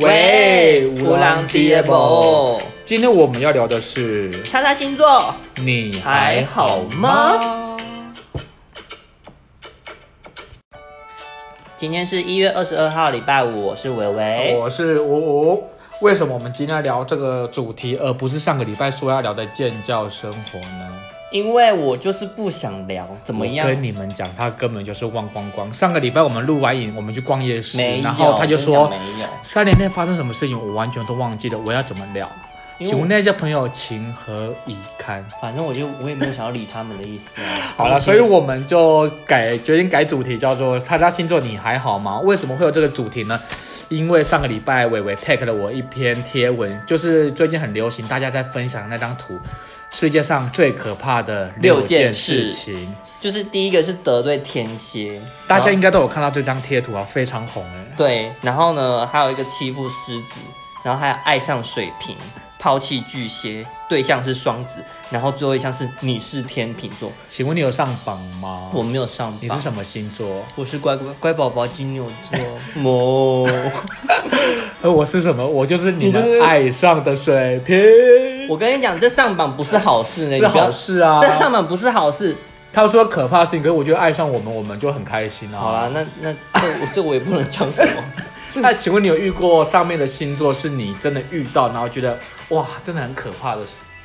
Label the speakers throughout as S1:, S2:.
S1: 喂，
S2: 乌狼爹
S1: 不？
S2: 不？
S1: 今天我们要聊的是，
S2: 叉叉星座，
S1: 你还好吗？
S2: 今天是一月二十二号，礼拜五，我是维维。
S1: 我是我我，为什么我们今天要聊这个主题，而不是上个礼拜说要聊的建教生活呢？
S2: 因为我就是不想聊，怎么样
S1: 我？跟你们讲，他根本就是忘光光。上个礼拜我们录完影，我们去逛夜市
S2: 没，有，
S1: 然后他就说
S2: 我跟你讲没有。
S1: 三年内发生什么事情，我完全都忘记了，我要怎么聊？
S2: 因为我
S1: 请问那些朋友情何以堪？
S2: 反正我就我也没有想要理他们的意思、啊。
S1: 好了，所以我们就改决定改主题，叫做“叉叉星座你还好吗”。为什么会有这个主题呢？因为上个礼拜伟伟 take 了我一篇贴文，就是最近很流行，大家在分享那张图，世界上最可怕的
S2: 六
S1: 六
S2: 件
S1: 件
S2: 事
S1: 事情，
S2: 就是第一个是得罪天蝎，
S1: 大家
S2: 然
S1: 应
S2: 后
S1: 该都有看到这张贴图啊，非常红哎。
S2: 对，然后呢，还有一个欺负狮子，然后还有爱上水瓶，抛弃巨蟹，对象是双子，然后最后一项是你是天秤座，
S1: 请问你有上榜吗？
S2: 我没有上
S1: 你
S2: 榜
S1: 是。什么星座？
S2: 我是乖乖乖宝宝金牛 座，某，
S1: 呃，我是什么？我就是你
S2: 你就
S1: 们
S2: 是
S1: 爱上的水瓶，
S2: 我跟你讲，这上榜不是好事呢，
S1: 是
S2: 你不要
S1: 好、事啊。
S2: 这上榜不是好事。
S1: 他们说可怕的事情，可是我觉得爱上我们，我们就很开心啊。
S2: 好啦，那那这我这我也不能讲 什么。
S1: 那请问你有遇过上面的星座是你真的遇到，然后觉得哇，真的很可怕的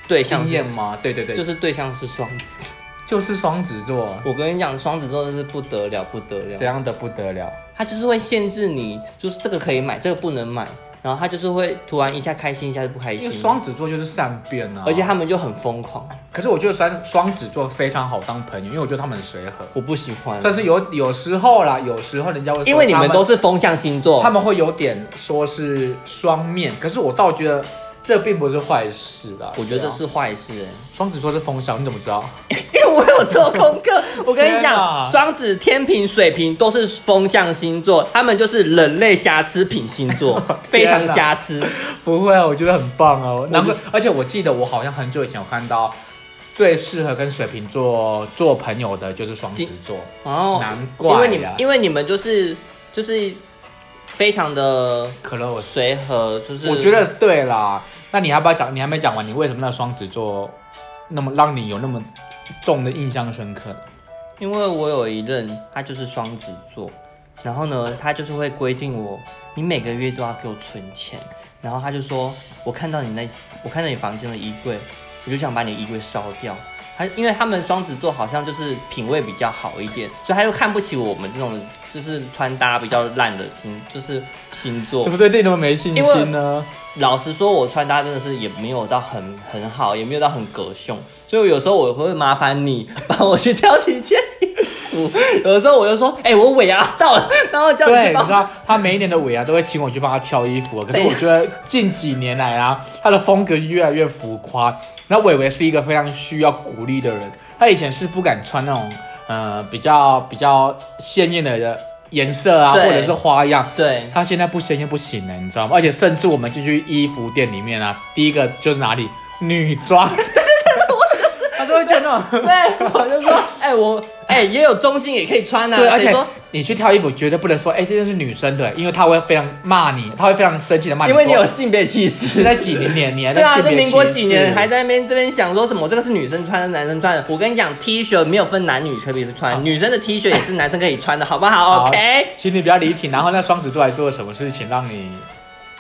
S2: 对象
S1: 经验
S2: 是
S1: 吗？对对对，
S2: 就
S1: 就是
S2: 是对象是双子，
S1: 就是双子座
S2: 我跟你讲，双子座真是不得了，不得了
S1: 这。样的不得了，
S2: 他就是会限制你，就是这个可以买，这个不能买，然后他就是会突然一下开心，一下就不开
S1: 因
S2: 心
S1: 为。双子座就是善变啊，
S2: 而且他们就很疯狂，
S1: 可是我觉得双双子座非常好当朋友，因为我觉得他们很随和，
S2: 我不喜欢。
S1: 但是有有时候啦，有时候人家会说
S2: 嗯因为你
S1: 他
S2: 们都是风象星座，
S1: 他们会有点说是双面，可是我倒觉得这并不是坏事啦。
S2: 我觉
S1: 对
S2: 得
S1: 啊
S2: 是坏事、欸。
S1: 双子座是风向，你怎么知道？
S2: 因为我有做 功课。我跟你
S1: 天
S2: 讲
S1: 啊，
S2: 双子、天平、水瓶都是风象星座，他们就是人类瑕疵品星 座，非常瑕疵。
S1: 不会啊，我觉得很棒哦。难怪，而且我记得我好像很久以前有看到，最适合跟水瓶座做朋友的就是双子座。
S2: 哦，
S1: 难怪啊呀
S2: 因为你们，因为你们就是就是非常的
S1: 可乐，我
S2: 随和，就是
S1: 我觉得对啦。那你要不要讲？你还没讲完，你为什么那双子座那么让你有那么重的印象深刻？
S2: 因为我有一任，他就是双子座，然后呢，他就是会规定我，你每个月都要给我存钱，然后他就说，我看到你那，我看到你房间的衣柜，我就想把你衣柜烧掉。他因为他们双子座好像就是品味比较好一点，所以他又看不起我们这种就是穿搭比较烂的星，就是星座
S1: 对。不对？这你怎么没信心呢？
S2: 老实说，我穿搭真的是也没有到很很好，也没有到很格胸，所以我有时候我会麻烦你帮我去挑几件 衣服。有的时候我就说，哎、我尾牙到了，然后叫你
S1: 对，
S2: 去
S1: 你
S2: 帮
S1: 知
S2: 我。
S1: 道他每一年的尾牙都会请我去帮他挑衣服，可是
S2: 对
S1: 我觉得近几年来啊，他的风格越来越浮夸。那伟伟是一个非常需要鼓励的人，他以前是不敢穿那种呃比较比较鲜艳的颜色啊，或
S2: 对
S1: 者是花样。
S2: 对，
S1: 他现在不鲜艳不行了，你知道吗？而且甚至我们进去衣服店里面啊，第一个就是哪里女 装，他都会穿那种。
S2: 对，我就说，哎、我哎、也有中性也可以穿啊。
S1: 对，而且
S2: 谁说
S1: 你去挑衣服绝对不能说，哎、这件是女生的，因为他会非常骂你，他会非常生气的骂你
S2: 因
S1: 说，
S2: 为你有性别歧
S1: 是
S2: 视。
S1: 在几零年，你还在
S2: 对啊，
S1: 性
S2: 就
S1: 别
S2: 民国
S1: 歧
S2: 几
S1: 视
S2: 年还在那边这边想说什么这个是女生穿的，男生穿的。我跟你讲，T 恤没有分男女可以穿，女生的 T 恤也是男生可以穿的，好不好
S1: 好
S2: o k
S1: 请你不要离题。然后那双子座还做了什么事情让你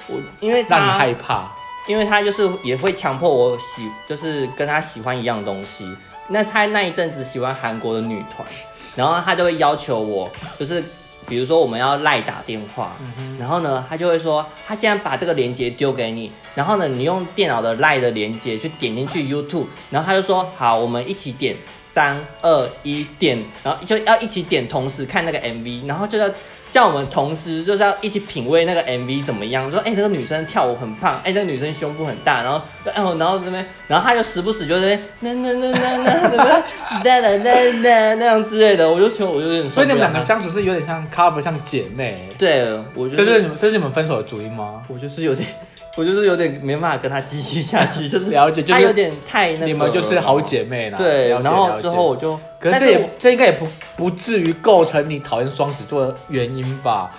S2: 我因为
S1: 让你
S2: 他
S1: 害怕？
S2: 因为他就是也会强迫我喜，就是跟他喜欢一样东西。那他那一阵子喜欢韩国的女团，然后他就会要求我，就是比如说我们要赖打电话，然后呢，他就会说他现在把这个链接丢给你，然后呢，你用电脑的赖的链接去点进去 YouTube，然后他就说好，我们一起点三二一点，然后就要一起点，同时看那个 MV，然后就要叫我们同时就是要一起品味那个 MV 怎么样，说哎、那个女生跳舞很胖，哎、那个女生胸部很大，然后哎呦、然后这边，然后他就时不时就在那边那那那那那那那那那那样之类的，我就觉得我就有点受
S1: 所以
S2: 不
S1: 你们
S2: 了
S1: 两
S2: 他
S1: 个相处是有点像 cover 像姐妹，
S2: 对我就
S1: 这
S2: 是
S1: 是你们这是你们分手的主因吗？
S2: 我就是有点， 我就是有点没办法跟他继续下 去，就是
S1: 了解就是
S2: 他有点太那个，
S1: 你们就是好。姐妹啦。
S2: 对，
S1: 了解
S2: 然后之后，
S1: 了
S2: 我
S1: 解
S2: 就，
S1: 可是
S2: 但是
S1: 这
S2: 我
S1: 也这应该也不不至于构成你讨厌双子座的原因吧？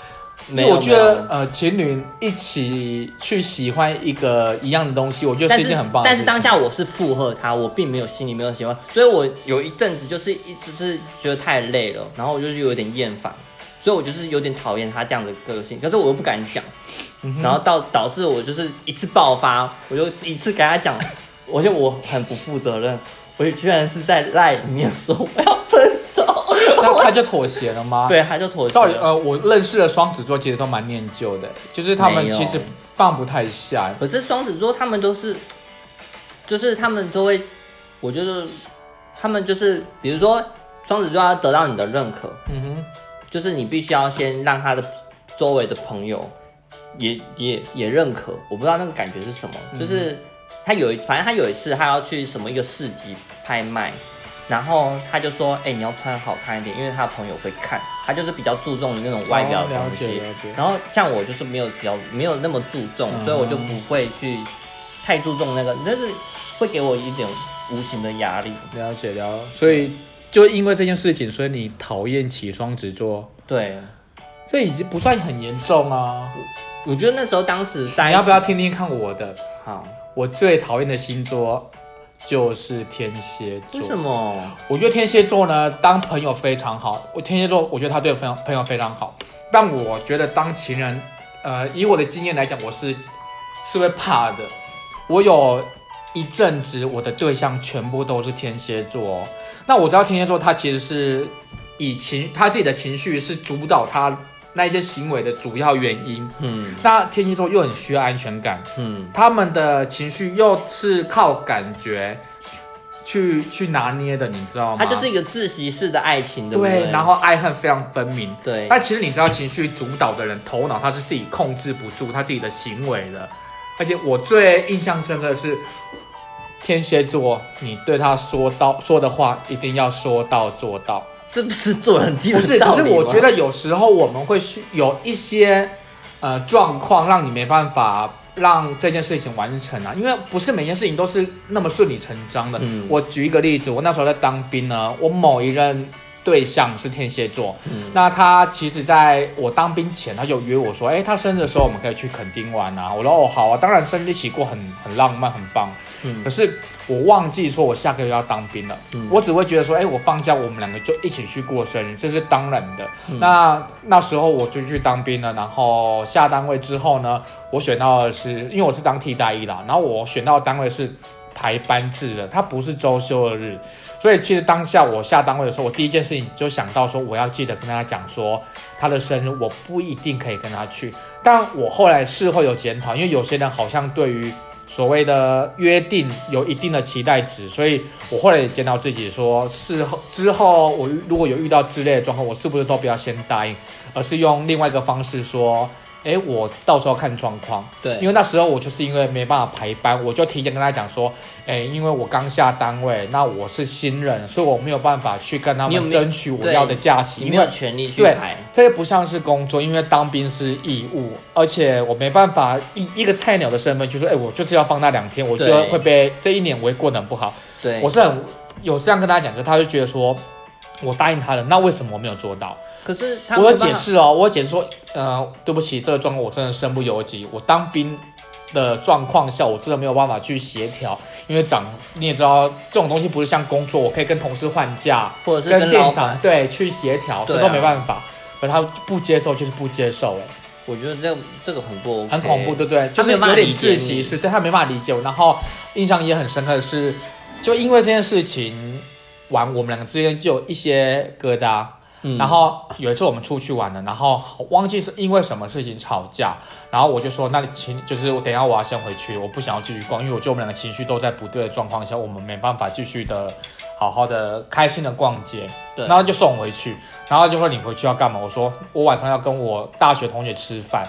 S1: 因为
S2: 没有，
S1: 我觉得
S2: 没有，啊
S1: 呃，情侣一起去喜欢一个一样的东西，我觉得
S2: 但
S1: 是一
S2: 是
S1: 件很棒的
S2: 但
S1: 事情。
S2: 是当下我是附和他，我并没有心里没有喜欢，所以我有一阵子就是一就是觉得太累了，然后我就是有点厌烦，所以我就是有点讨厌他这样的个性，可是我又不敢讲，然后到导致我就是一次爆发，我就一次给他讲，我就我很不负责任，我就居然是在赖里面说我要分手，
S1: 那他就妥协了吗？。
S2: 对，他就妥协
S1: 到底
S2: 了。
S1: 呃，我认识的双子座其实都蛮念旧的，就是他
S2: 没
S1: 们
S2: 有
S1: 其实放不太下。
S2: 可是双子座他们都是，就是他们都会，我就是他们就是，比如说双子座要得到你的认可，
S1: 嗯哼，
S2: 就是你必须要先让他的周围的朋友也也也认可。我不知道那个感觉是什么，
S1: 嗯
S2: 就是他有一，反正他有一次他要去什么一个市集拍卖，然后他就说：“哎、你要穿好看一点，因为他的朋友会看。”他就是比较注重于那种外表的
S1: 哦了
S2: 东
S1: 解
S2: 西。
S1: 了解。
S2: 然后像我就是没有比较没有那么注重，
S1: 嗯
S2: 所以我就不会去太注重那个，但是会给我一点无形的压力。
S1: 了解了，所以就因为这件事情，所以你讨厌起双子座，
S2: 对，
S1: 这已经不算很严重啊。
S2: 我觉得那时候当时在
S1: 你要不要听听看我的？
S2: 好？
S1: 我最讨厌的星座就是天蝎座。
S2: 为什？么？
S1: 我觉得天蝎座呢，当朋友非常好。我天蝎座，我觉得他对朋友朋友非常好，但我觉得当情人，呃，以我的经验来讲，我是是会怕的。我有一阵子，我的对象全部都是天蝎座哦、那我知道天蝎座他其实是以情他自己的情绪是主导他那一些行为的主要原因。
S2: 嗯
S1: 那天蝎座又很需要安全感，
S2: 嗯，
S1: 他们的情绪又是靠感觉去去拿捏的，你知道吗？
S2: 它就是一个窒息式的爱情，对不
S1: 对，然后哎爱恨非常分明。
S2: 对，
S1: 但其实你知道，情绪主导的人，头脑他是自己控制不住他自己的行为的。而且我最印象深刻的是天蝎座，你对他说到说的话，一定要说到做到。
S2: 这不是做人基
S1: 不
S2: 本
S1: 是，
S2: 道
S1: 可是
S2: 理吗
S1: 我觉得有时候我们会需有一些呃状况，让你没办法让这件事情完成啊，因为不是每件事情都是那么顺理成章的。
S2: 嗯
S1: 我举一个例子，我那时候在当兵呢，我某一任对象是天蝎座，
S2: 嗯
S1: 那他其实在我当兵前，他就约我说，哎、他生日的时候我们可以去垦丁玩啊。我说哦好啊，当然生日一起过很很浪漫，很棒。可
S2: 嗯
S1: 是我忘记说我下个月要当兵了，
S2: 嗯
S1: 我只会觉得说，哎、我放假我们两个就一起去过生日，这是当然的。
S2: 嗯
S1: 那那时候我就去当兵了，然后下单位之后呢，我选到的是，因为我是当替代役啦，然后我选到的单位是排班制的，它不是周休二日，所以其实当下我下单位的时候，我第一件事情就想到说，我要记得跟他讲说，他的生日我不一定可以跟他去，但我后来事后有检讨，因为有些人好像对于所谓的约定有一定的期待值，所以我后来也检讨自己说，事后之后我如果有遇到之类的状况，我是不是都不要先答应，而是用另外一个方式说，诶，我到时候看状况。
S2: 对，
S1: 因为那时候我就是因为没办法排班，我就提前跟他讲说，诶，因为我刚下单位，那我是新人，所以我没有办法去跟他
S2: 你有
S1: 们
S2: 没有
S1: 争取我
S2: 对
S1: 要的假期，
S2: 你
S1: 因
S2: 没
S1: 为
S2: 有权利去
S1: 对
S2: 排，
S1: 这也不像是工作，因为当兵是义务，而且我没办法一一个菜鸟的身份就说，哎、我就是要放那两天，我就
S2: 对
S1: 会被这一年我会过得很不好。
S2: 对
S1: 我，是很有这样跟他讲，就他就觉得说。我答应他了，那为什么我没有做到？
S2: 可是他
S1: 我有
S2: 没办
S1: 解
S2: 法，
S1: 释哦，我有解释说，呃，对不起，这个状况我真的身不由己。我当兵的状况下，我真的没有办法去协调，因为长你也知道，这种东西不是像工作，我可以跟同事换假，
S2: 或者是
S1: 跟
S2: 跟老
S1: 店
S2: 板
S1: 长，对去协调，
S2: 对
S1: 这
S2: 啊
S1: 都没办法。可他不接受就是不接受、哎，
S2: 我觉得这这个很不 OK，
S1: 很恐怖，对不对？
S2: 他
S1: 就是
S2: 没有
S1: 有
S2: 办法
S1: 点
S2: 理解你
S1: 窒息，是对他没办法理解我。然后印象也很深刻的是，就因为这件事情完，我们两个之间就有一些疙瘩。
S2: 嗯
S1: 然后有一次我们出去玩了，然后忘记是因为什么事情吵架，然后我就说，那你请就是我等一下我要先回去，我不想要继续逛，因为我觉得我们两个情绪都在不对的状况下，我们没办法继续的好好的开心的逛街。
S2: 对
S1: 然后就送回去，然后就说你回去要干嘛？我说我晚上要跟我大学同学吃饭，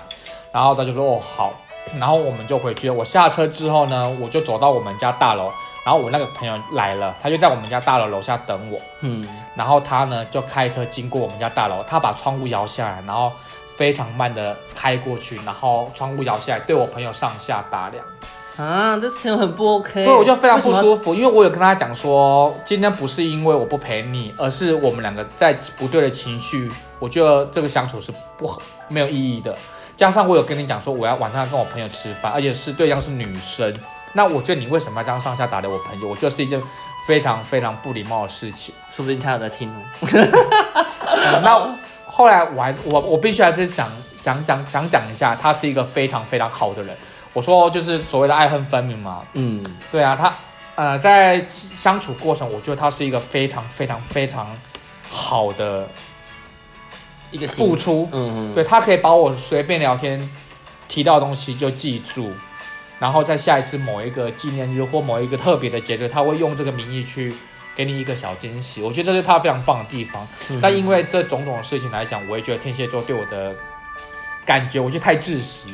S1: 然后他就说哦好，然后我们就回去了。我下车之后呢，我就走到我们家大楼，然后我那个朋友来了，他就在我们家大楼楼下等我，
S2: 嗯
S1: 然后他呢就开车经过我们家大楼，他把窗户摇下来，然后非常慢的开过去，然后窗户摇下来对我朋友上下打量。
S2: 啊，这情很不 OK，
S1: 对，我就非常不
S2: 为什么
S1: 舒服，因为我有跟他讲说，今天不是因为我不陪你，而是我们两个在不对的情绪我觉得这个相处是不合没有意义的。加上我有跟你讲说，我要晚上要跟我朋友吃饭，而且是对象是女生，那我觉得你为什么要这样上下打量我朋友？我觉得是一件非常非常不礼貌的事情。
S2: 说不定他有在听哦。
S1: 嗯那后来我还是我我必须还是想想想想讲一下，他是一个非常非常好的人。我说就是所谓的爱恨分明嘛，
S2: 嗯，
S1: 对啊，他呃在相处过程，我觉得他是一个非常非常非常好的
S2: 一个
S1: 付，出，
S2: 嗯，
S1: 对他可以把我随便聊天提到的东西就记住，然后在下一次某一个纪念日或某一个特别的节日，他会用这个名义去给你一个小惊喜。我觉得这是他非常棒的地方。
S2: 嗯
S1: 那因为这种种事情来讲，我也觉得天蝎座对我的感觉，我觉得太窒息。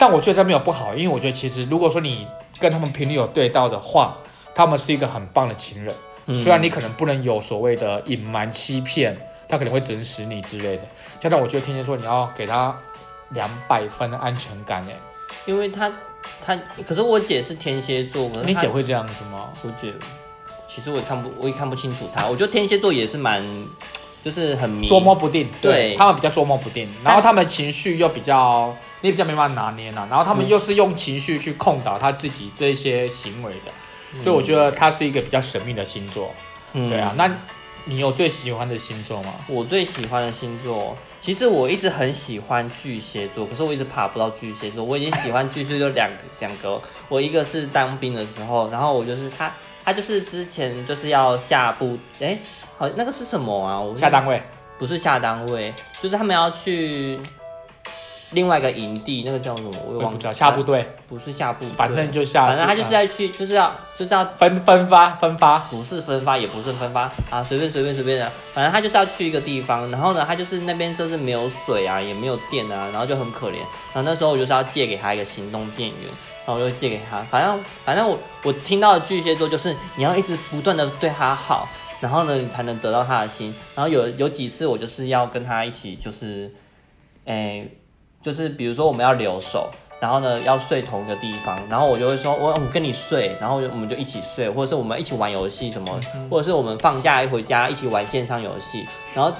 S1: 但我觉得这没有不好，因为我觉得其实如果说你跟他们频率有对到的话，他们是一个很棒的情人。虽然你可能不能有所谓的隐瞒、欺骗，他可能会整死你之类的。加上我觉得天蝎座你要给他两百分的安全感、欸，
S2: 因为他他，可是我姐是天蝎座，可是
S1: 你
S2: 她
S1: 姐会这样子吗？
S2: 我姐，其实我也看不我也看不清楚她，我觉得天蝎座也是蛮，就是很迷
S1: 捉摸不定，
S2: 对
S1: 他们比较捉摸不定，
S2: 但
S1: 然后他们情绪又比较，你比较没办法拿捏呢、然后他们
S2: 嗯
S1: 又是用情绪去控导他自己这些行为的，
S2: 嗯
S1: 所以我觉得他是一个比较神秘的星座。
S2: 嗯
S1: 对啊，那你有最喜欢的星座吗？
S2: 我最喜欢的星座，其实我一直很喜欢巨蟹座，可是我一直爬不到巨蟹座。我已经喜欢巨蟹座两个 两个，哦我一个是当兵的时候，然后我就是他，他就是之前就是要下部，哎、好那个是什么啊？我
S1: 下单位
S2: 不是下单位，就是他们要去另外一个营地，那个叫什么？我
S1: 我
S2: 也
S1: 也
S2: 忘
S1: 不
S2: 记
S1: 知道，下部队
S2: 不是下部队，
S1: 反正就下，
S2: 嗯
S1: 啊
S2: 反正他就是要去，就是要就是要
S1: 分分发分发，
S2: 不是分发，也不是分发啊，随便随便随便的，反正他就是要去一个地方，然后呢，他就是那边就是没有水啊，也没有电啊，然后就很可怜。然后那时候我就是要借给他一个行动电源，然后我就借给他，反正反正我我听到的巨蟹座就是你要一直不断的对他好，然后呢你才能得到他的心。然后有有几次我就是要跟他一起就是，诶、就是比如说我们要留守，然后呢要睡同一个地方，然后我就会说，我我跟你睡，然后我就我们就一起睡，或者是我们一起玩游戏什么，或者是我们放假回家一起玩线上游戏，然后。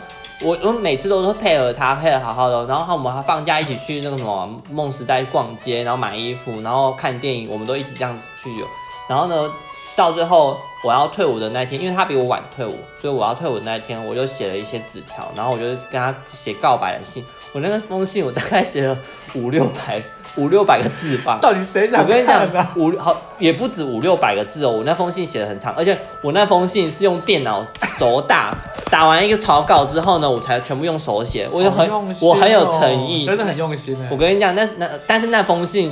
S2: 我我每次都是配合他，配合好好的哦，然后我们还放假一起去那个什么梦时代逛街，然后买衣服，然后看电影，我们都一起这样子去游。然后呢，到最后我要退伍的那天，因为他比我晚退伍，所以我要退伍的那一天，我就写了一些纸条，然后我就跟他写告白的信。我那个封信，我大概写了五六百五六百个字吧。
S1: 到底谁想
S2: 我跟你
S1: 看
S2: 讲
S1: 啊？，
S2: 五好也不止五六百个字哦。我那封信写的很长，而且我那封信是用电脑手打，打完一个草稿之后呢，我才全部用手写。我就很、
S1: 好用心哦
S2: 我很有诚意，
S1: 真的很用心哎
S2: 我。跟你讲，那那但是那封信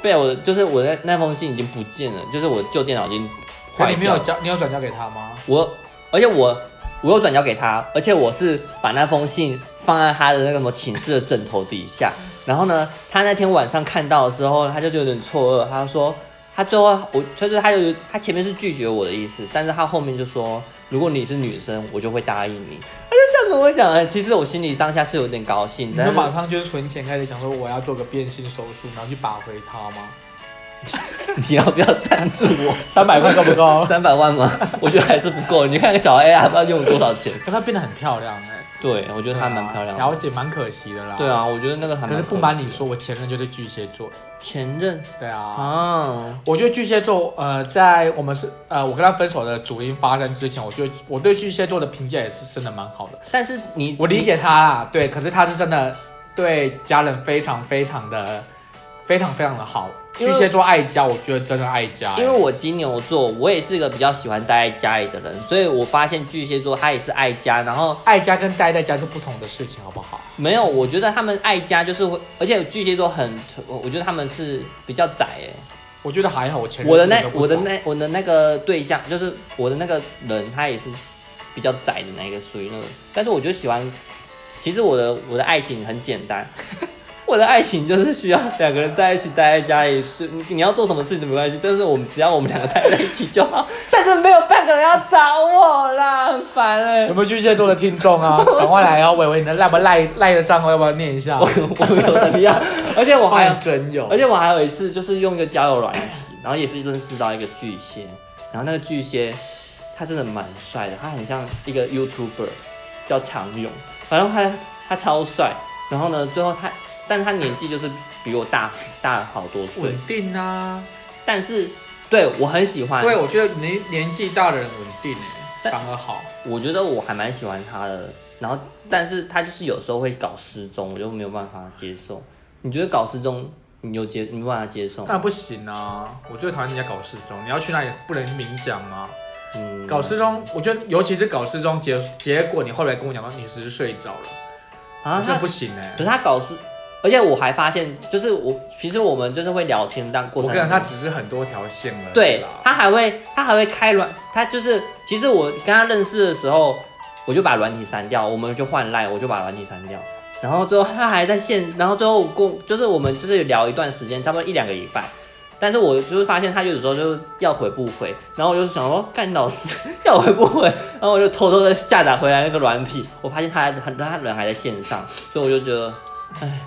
S2: 被我就是我的那封信已经不见了，就是我旧电脑已经
S1: 可
S2: 坏
S1: 你没
S2: 掉
S1: 有
S2: 了。
S1: 交，你有转交给他吗？
S2: 我而且我我又转交给他，而且我是把那封信放在他的那个什么寝室的枕头底下。然后呢，他那天晚上看到的时候，他就有点错愕，他说他最后我就是他有他前面是拒绝我的意思，但是他后面就说如果你是女生，我就会答应你。他就这样跟我讲的，其实我心里当下是有点高兴，
S1: 你
S2: 但
S1: 就是马上就是存钱开始想说我要做个变性手术，然后去把回他吗？
S2: 你要不要赞助我？
S1: 三百块够不 够？
S2: 三百万吗？我觉得还是不够。你看个小 A 啊，不知道用了多少钱。
S1: 可她变得很漂亮哎、
S2: 对，我觉得她蛮漂亮
S1: 然后
S2: 的。
S1: 姐蛮可惜的啦。
S2: 对，啊，我觉得那个还
S1: 可
S2: 蛮
S1: 是不瞒你说，我前任就是巨蟹座。
S2: 前任
S1: 对啊，
S2: 啊，
S1: 我觉得巨蟹座，呃，在我们是呃我跟他分手的主因发生之前，我觉得我对巨蟹座的评价也是真的蛮好的。
S2: 但是你
S1: 我理解他啦，对，可是他是真的对家人非常非常的非常非常的好。
S2: 因为
S1: 巨蟹座爱家，我觉得真的爱家、哎
S2: 因为我金牛座，我也是一个比较喜欢待在家里的人，所以我发现巨蟹座他也是爱家，然后
S1: 爱家跟待在家是不同的事情，好不好？
S2: 没有，我觉得他们爱家就是会，而且巨蟹座很，我我觉得他们是比较宅哎、
S1: 我觉得还好，我前任
S2: 我的那
S1: 真不
S2: 我的
S1: 宅
S2: 那我的那个对象，就是我的那个人，他也是比较窄的那一个，属于那个。但是我就喜欢，其实我的我的爱情很简单， 我的爱情就是需要两个人在一起待在家里，是你要做什么事情都没关系，就是我们只要我们两个待在一起就好。但是没有半个人要找我啦，很烦哎、
S1: 有没有巨蟹座的听众 啊？赶快来哦，伟伟，你的赖不赖赖的账号要不要念一下
S2: 我？ 我没有怎么样，而且我还有
S1: 还真有
S2: 而，且我还有一次就是用一个交友软体，然后也是认识到一个巨蟹，然后那个巨蟹他真的蛮帅的，他很像一个 YouTuber 叫常勇，反正他他超帅，然后呢，最后他，但他年纪就是比我大大好多岁
S1: 稳，定啊。
S2: 但是对我很喜欢，
S1: 对，我觉得年年纪大的人稳定哎，
S2: 哎但哦
S1: 反而好。
S2: 我觉得我还蛮喜欢他的。然后，但是他就是有时候会搞失踪，我就没有办法接受。你觉得搞失踪，你有接，你无法接受
S1: 当
S2: 吗？
S1: 然不行啊！我最讨厌人家搞失踪。你要去哪里不能明讲吗？
S2: 嗯，
S1: 搞失踪，我觉得尤其是搞失踪结结果，你后来跟我讲到你只是睡着了，
S2: 啊，
S1: 这
S2: 他
S1: 不行哎、
S2: 可是他搞失，而且我还发现，就是我其实我们就是会聊天，但过
S1: 我
S2: 程
S1: 跟你讲，他只是很多条线而已
S2: 对
S1: 啦。
S2: 他还会他还会开软，他就是其实我跟他认识的时候，我就把软体删掉，我们就换赖，我就把软体删掉。然后最后他还在线，然后最后我共就是我们就是有聊一段时间，差不多一两个礼拜。但是我就是发现他有时候就是要回不回，然后我就想说，干老师 要回不回，然后我就偷偷的下载回来那个软体，我发现他还他人还在线上，所以我就觉得，哎，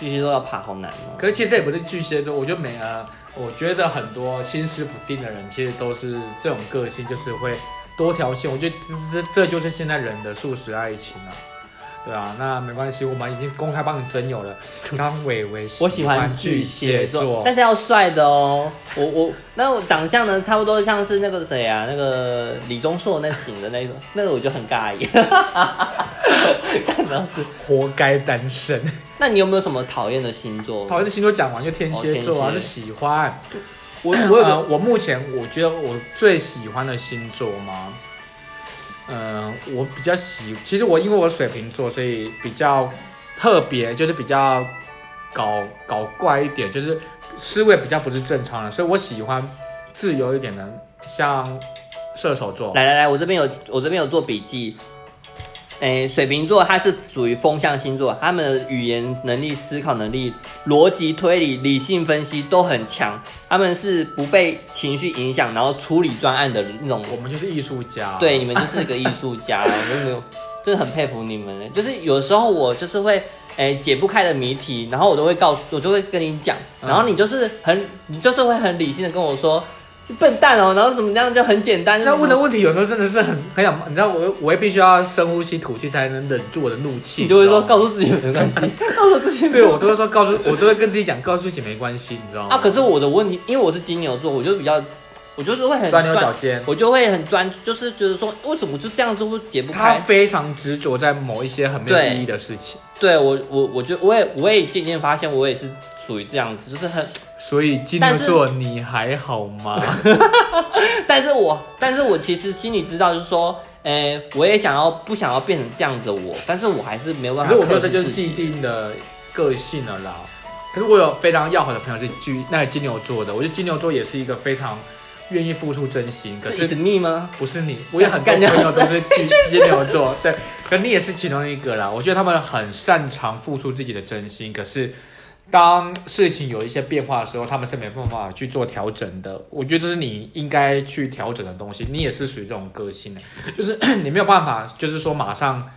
S2: 巨蟹座要爬好难哦。
S1: 可是其实这也不是巨蟹座，我觉得每呃，我觉得很多心思不定的人，其实都是这种个性，就是会多条线。我觉得这这这就是现在人的素食爱情啊。对啊，那没关系，我们已经公开帮你征友 了。刚刚伟伟，
S2: 我喜欢巨蟹座，但是要帅的哦。我我那我长相呢，差不多像是那个谁啊，那个李钟硕那型的那种， 那个我就很尬耶。看到是，
S1: 活该单身。
S2: 那你有没有什么讨厌的星座？
S1: 讨厌的星座讲完就天蝎座啊，
S2: 哦天蝎
S1: 是喜欢。
S2: 我我有
S1: 呃
S2: 个
S1: 我目前我觉得我最喜欢的星座吗？嗯、我比较喜，其实我因为我水瓶座，所以比较特别，就是比较搞搞怪一点，就是思维比较不是正常的，所以我喜欢自由一点的，像射手座。
S2: 来来来，我这边有我这边有做笔记。哎，水瓶座它是属于风象星座，他们的语言能力、思考能力、逻辑推理、理性分析都很强，他们是不被情绪影响，然后处理专案的那种
S1: 我们就是艺术家，
S2: 对，你们就是个艺术家， 我真的没有，真的很佩服你们。就是有时候我就是会，哎、解不开的谜题，然后我都会告诉，我就会跟你讲，
S1: 嗯
S2: 然后你就是很，你就是会很理性的跟我说，你笨蛋哦，然后怎么样就很简单，
S1: 那问
S2: 的
S1: 的问题有时候真的是很很想，你知道我我会必须要深呼吸吐气才能忍住我的怒气，
S2: 你就会
S1: 知道
S2: 说
S1: 吗
S2: 告诉自己没关 系，告诉 自己没
S1: 对，
S2: 有
S1: 我都会说告诉，我都会跟自己讲，告诉自己没关系，你知道吗？
S2: 啊。可是我的问题，因为我是金牛座，我就比较，我就是会很
S1: 钻牛角尖，
S2: 我就会很专，就是觉得说为什么就这样子会解不
S1: 他
S2: 开？
S1: 非常执着在某一些很没有
S2: 对
S1: 意义的事情，
S2: 对我我我觉得我也我也渐渐发现我也是属于这样子，就是很
S1: 所以金
S2: 但
S1: 牛
S2: 是
S1: 座你还好 吗？
S2: 但是我，但是我其实心里知道，就是说，呃，我也想要不想要变成这样子的我，但是我还是没有办
S1: 可
S2: 法
S1: 是
S2: 克
S1: 我
S2: 制自己。
S1: 说这就是既定的个性了啦。可是我有非常要好的朋友是巨那个金牛座的，我觉得金牛座也是一个非常愿意付出真心，可
S2: 是
S1: 是
S2: 一直腻吗？
S1: 不是你，我有很多
S2: 干
S1: 朋友都是金金牛座，对，可你也是其中一个啦。我觉得他们很擅长付出自己的真心，可是当事情有一些变化的时候，他们是没办法去做调整的。我觉得这是你应该去调整的东西。你也是属于这种个性的，就是 你没有办法，就是说马上，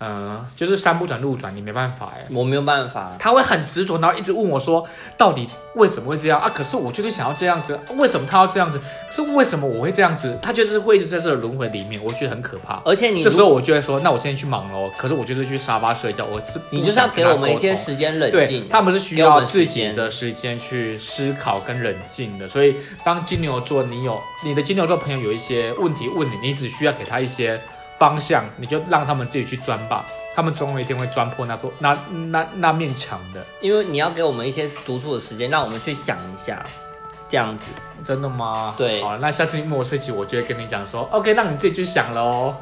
S1: 嗯、就是山不转路转，你没办法哎。
S2: 我没有办法，
S1: 他会很执着，然后一直问我说，到底为什么会这样啊？可是我就是想要这样子，为什么他要这样子？是为什么我会这样子？他就是会一直在这个轮回里面，我觉得很可怕。
S2: 而且你
S1: 这时
S2: 如
S1: 候我就会说，那我现在去忙喽。可是我就是去沙发睡觉，我是不
S2: 你就是要
S1: 想
S2: 给
S1: 跟他
S2: 我们一
S1: 沟
S2: 些
S1: 通
S2: 时间冷
S1: 对
S2: 静，。
S1: 他们是需
S2: 给我
S1: 要
S2: 们时
S1: 自己
S2: 间
S1: 的时间去思考跟冷静的，所以当金牛座你有你的金牛座朋友有一些问题问你，你只需要给他一些方向，你就让他们自己去钻吧，他们总有一天会钻破那座那那那面墙的。
S2: 因为你要给我们一些独处的时间，让我们去想一下，这样子。
S1: 真的吗？
S2: 对
S1: 好，那下次你问我事情，我就会跟你讲说，OK，那你自己去想喽。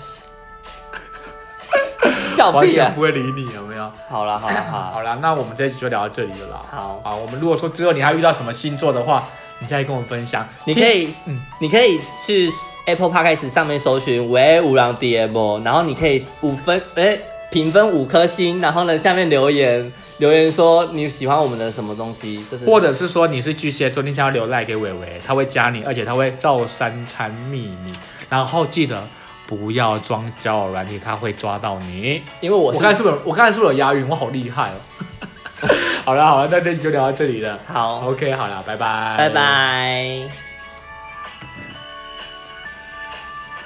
S2: 笑
S1: 完
S2: 屁
S1: 全
S2: 啊！
S1: 不会理你，有没有？
S2: 好了好了好了
S1: 好啦，那我们这一集就聊到这里了啦。
S2: 好，
S1: 好，我们如果说之后你还遇到什么星座的话，你再跟我分享。
S2: 你可以
S1: 嗯
S2: 你可以去 Apple Podcast 上面搜寻“喂五郎 DM”，然后你可以五分哎评分五颗星，然后呢下面留言留言说你喜欢我们的什么东西，就是
S1: 或者是说你是巨蟹座，你想要留赖给伟伟，他会加你，而且他会照三餐密你。然后记得不要装交友软体，他会抓到你。
S2: 因为我
S1: 我
S2: 是
S1: 刚才是不是有我刚才是不是有押韵？我好厉害哦。 好了好了，那这集就聊到这里了。
S2: 好，
S1: OK，好了，拜拜，
S2: 拜。拜。